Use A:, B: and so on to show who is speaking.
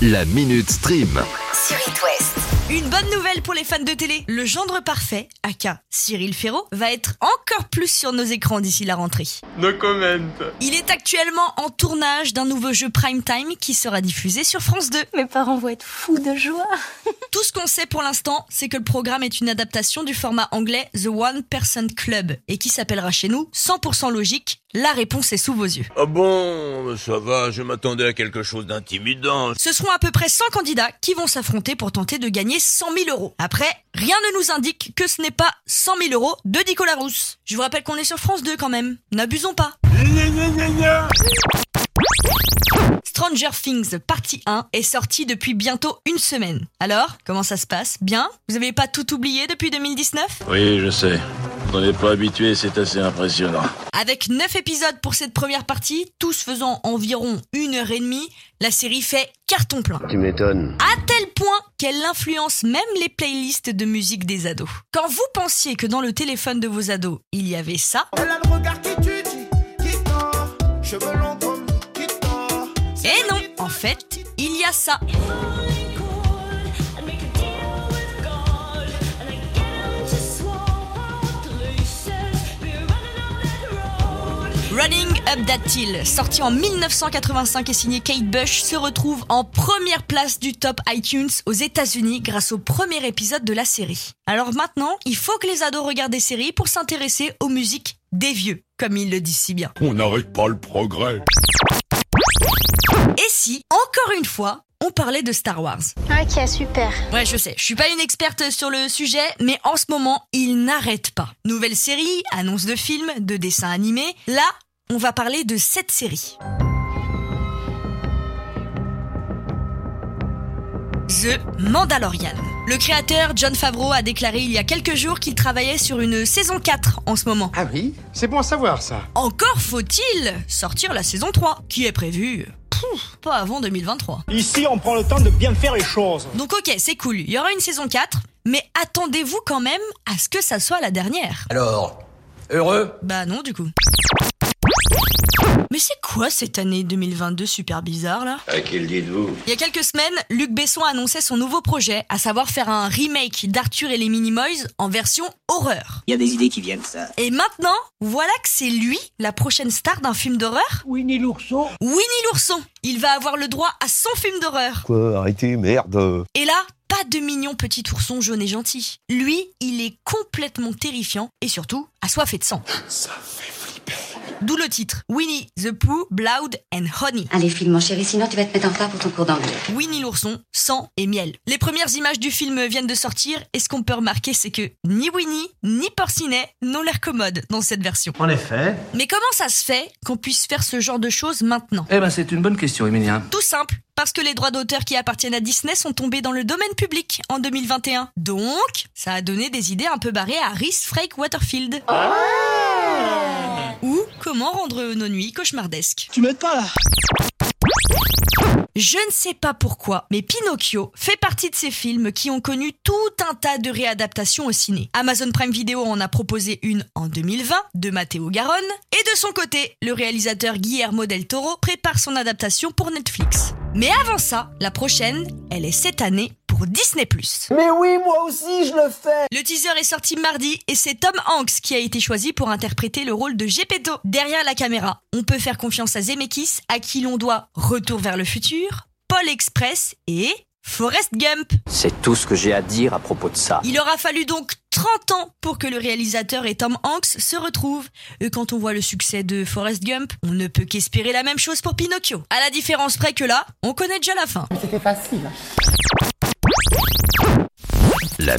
A: La Minute Stream.
B: sur It West.
C: Une bonne nouvelle pour les fans de télé. Le gendre parfait, aka Cyril Ferraud, va être encore plus sur nos écrans d'ici la rentrée.
D: No comment.
C: Il est actuellement en tournage d'un nouveau jeu prime time qui sera diffusé sur France 2.
E: Mes parents vont être fous de joie.
C: Tout ce qu'on sait pour l'instant, c'est que le programme est une adaptation du format anglais The One Person Club et qui s'appellera chez nous 100% logique. La réponse est sous vos yeux.
F: Ah bon, ça va, je m'attendais à quelque chose d'intimidant.
C: Ce seront à peu près 100 candidats qui vont s'affronter pour tenter de gagner 100 000 euros. Après, rien ne nous indique que ce n'est pas 100 000 euros de Nicolas Rousse. Je vous rappelle qu'on est sur France 2 quand même. N'abusons pas. Stranger Things partie 1 est sorti depuis bientôt une semaine. Alors, comment ça se passe Bien Vous avez pas tout oublié depuis 2019
G: Oui, je sais. On n'est pas habitué, c'est assez impressionnant.
C: Avec 9 épisodes pour cette première partie, tous faisant environ une heure et demie, la série fait carton plein.
H: Tu m'étonnes.
C: À tel point qu'elle influence même les playlists de musique des ados. Quand vous pensiez que dans le téléphone de vos ados, il y avait ça,
I: Elle a le regard qui tue, qui tord, cheveux longs comme qui tord.
C: et eh non, en fait, il y a ça. Running Up That Hill, sorti en 1985 et signé Kate Bush, se retrouve en première place du top iTunes aux États-Unis grâce au premier épisode de la série. Alors maintenant, il faut que les ados regardent des séries pour s'intéresser aux musiques des vieux, comme il le dit si bien.
F: On n'arrête pas le progrès.
C: Et si, encore une fois, on parlait de Star Wars
E: Ok, super.
C: Ouais, je sais, je suis pas une experte sur le sujet, mais en ce moment, il n'arrête pas. Nouvelle série, annonce de films, de dessins animés. Là, on va parler de cette série. The Mandalorian. Le créateur John Favreau a déclaré il y a quelques jours qu'il travaillait sur une saison 4 en ce moment.
I: Ah oui C'est bon à savoir ça.
C: Encore faut-il sortir la saison 3, qui est prévue pouf, pas avant 2023.
J: Ici, on prend le temps de bien faire les choses.
C: Donc ok, c'est cool, il y aura une saison 4, mais attendez-vous quand même à ce que ça soit la dernière.
F: Alors, heureux
C: Bah non du coup. Mais c'est quoi cette année 2022 super bizarre là
F: À qui le dites-vous
C: Il y a quelques semaines, Luc Besson annonçait son nouveau projet, à savoir faire un remake d'Arthur et les Minimoys en version horreur.
J: Il y a des idées qui viennent, ça.
C: Et maintenant, voilà que c'est lui la prochaine star d'un film d'horreur
J: Winnie l'ourson.
C: Winnie l'ourson Il va avoir le droit à son film d'horreur
H: Quoi, arrêtez, merde.
C: Et là, pas de mignon petit ourson jaune et gentil. Lui, il est complètement terrifiant et surtout assoiffé de sang. D'où le titre Winnie the Pooh, Blood and Honey.
B: Allez, file mon chéri, sinon tu vas te mettre en retard pour ton cours d'anglais.
C: Winnie l'ourson, sang et miel. Les premières images du film viennent de sortir et ce qu'on peut remarquer c'est que ni Winnie ni Porcinet n'ont l'air commodes dans cette version.
J: En effet.
C: Mais comment ça se fait qu'on puisse faire ce genre de choses maintenant
J: Eh ben, c'est une bonne question, Emilien.
C: Tout simple, parce que les droits d'auteur qui appartiennent à Disney sont tombés dans le domaine public en 2021. Donc, ça a donné des idées un peu barrées à Rhys Frake Waterfield. Ou comment rendre nos nuits cauchemardesques.
J: Tu m'aides pas, là.
C: Je ne sais pas pourquoi, mais Pinocchio fait partie de ces films qui ont connu tout un tas de réadaptations au ciné. Amazon Prime Video en a proposé une en 2020 de Matteo Garonne, et de son côté, le réalisateur Guillermo del Toro prépare son adaptation pour Netflix. Mais avant ça, la prochaine, elle est cette année pour Disney+.
I: Mais oui, moi aussi, je le fais
C: Le teaser est sorti mardi et c'est Tom Hanks qui a été choisi pour interpréter le rôle de Gepetto. Derrière la caméra, on peut faire confiance à Zemeckis, à qui l'on doit Retour vers le futur, Paul Express et Forrest Gump.
J: C'est tout ce que j'ai à dire à propos de ça.
C: Il aura fallu donc 30 ans pour que le réalisateur et Tom Hanks se retrouvent. Et quand on voit le succès de Forrest Gump, on ne peut qu'espérer la même chose pour Pinocchio. À la différence près que là, on connaît déjà la fin.
I: C'était facile.
A: La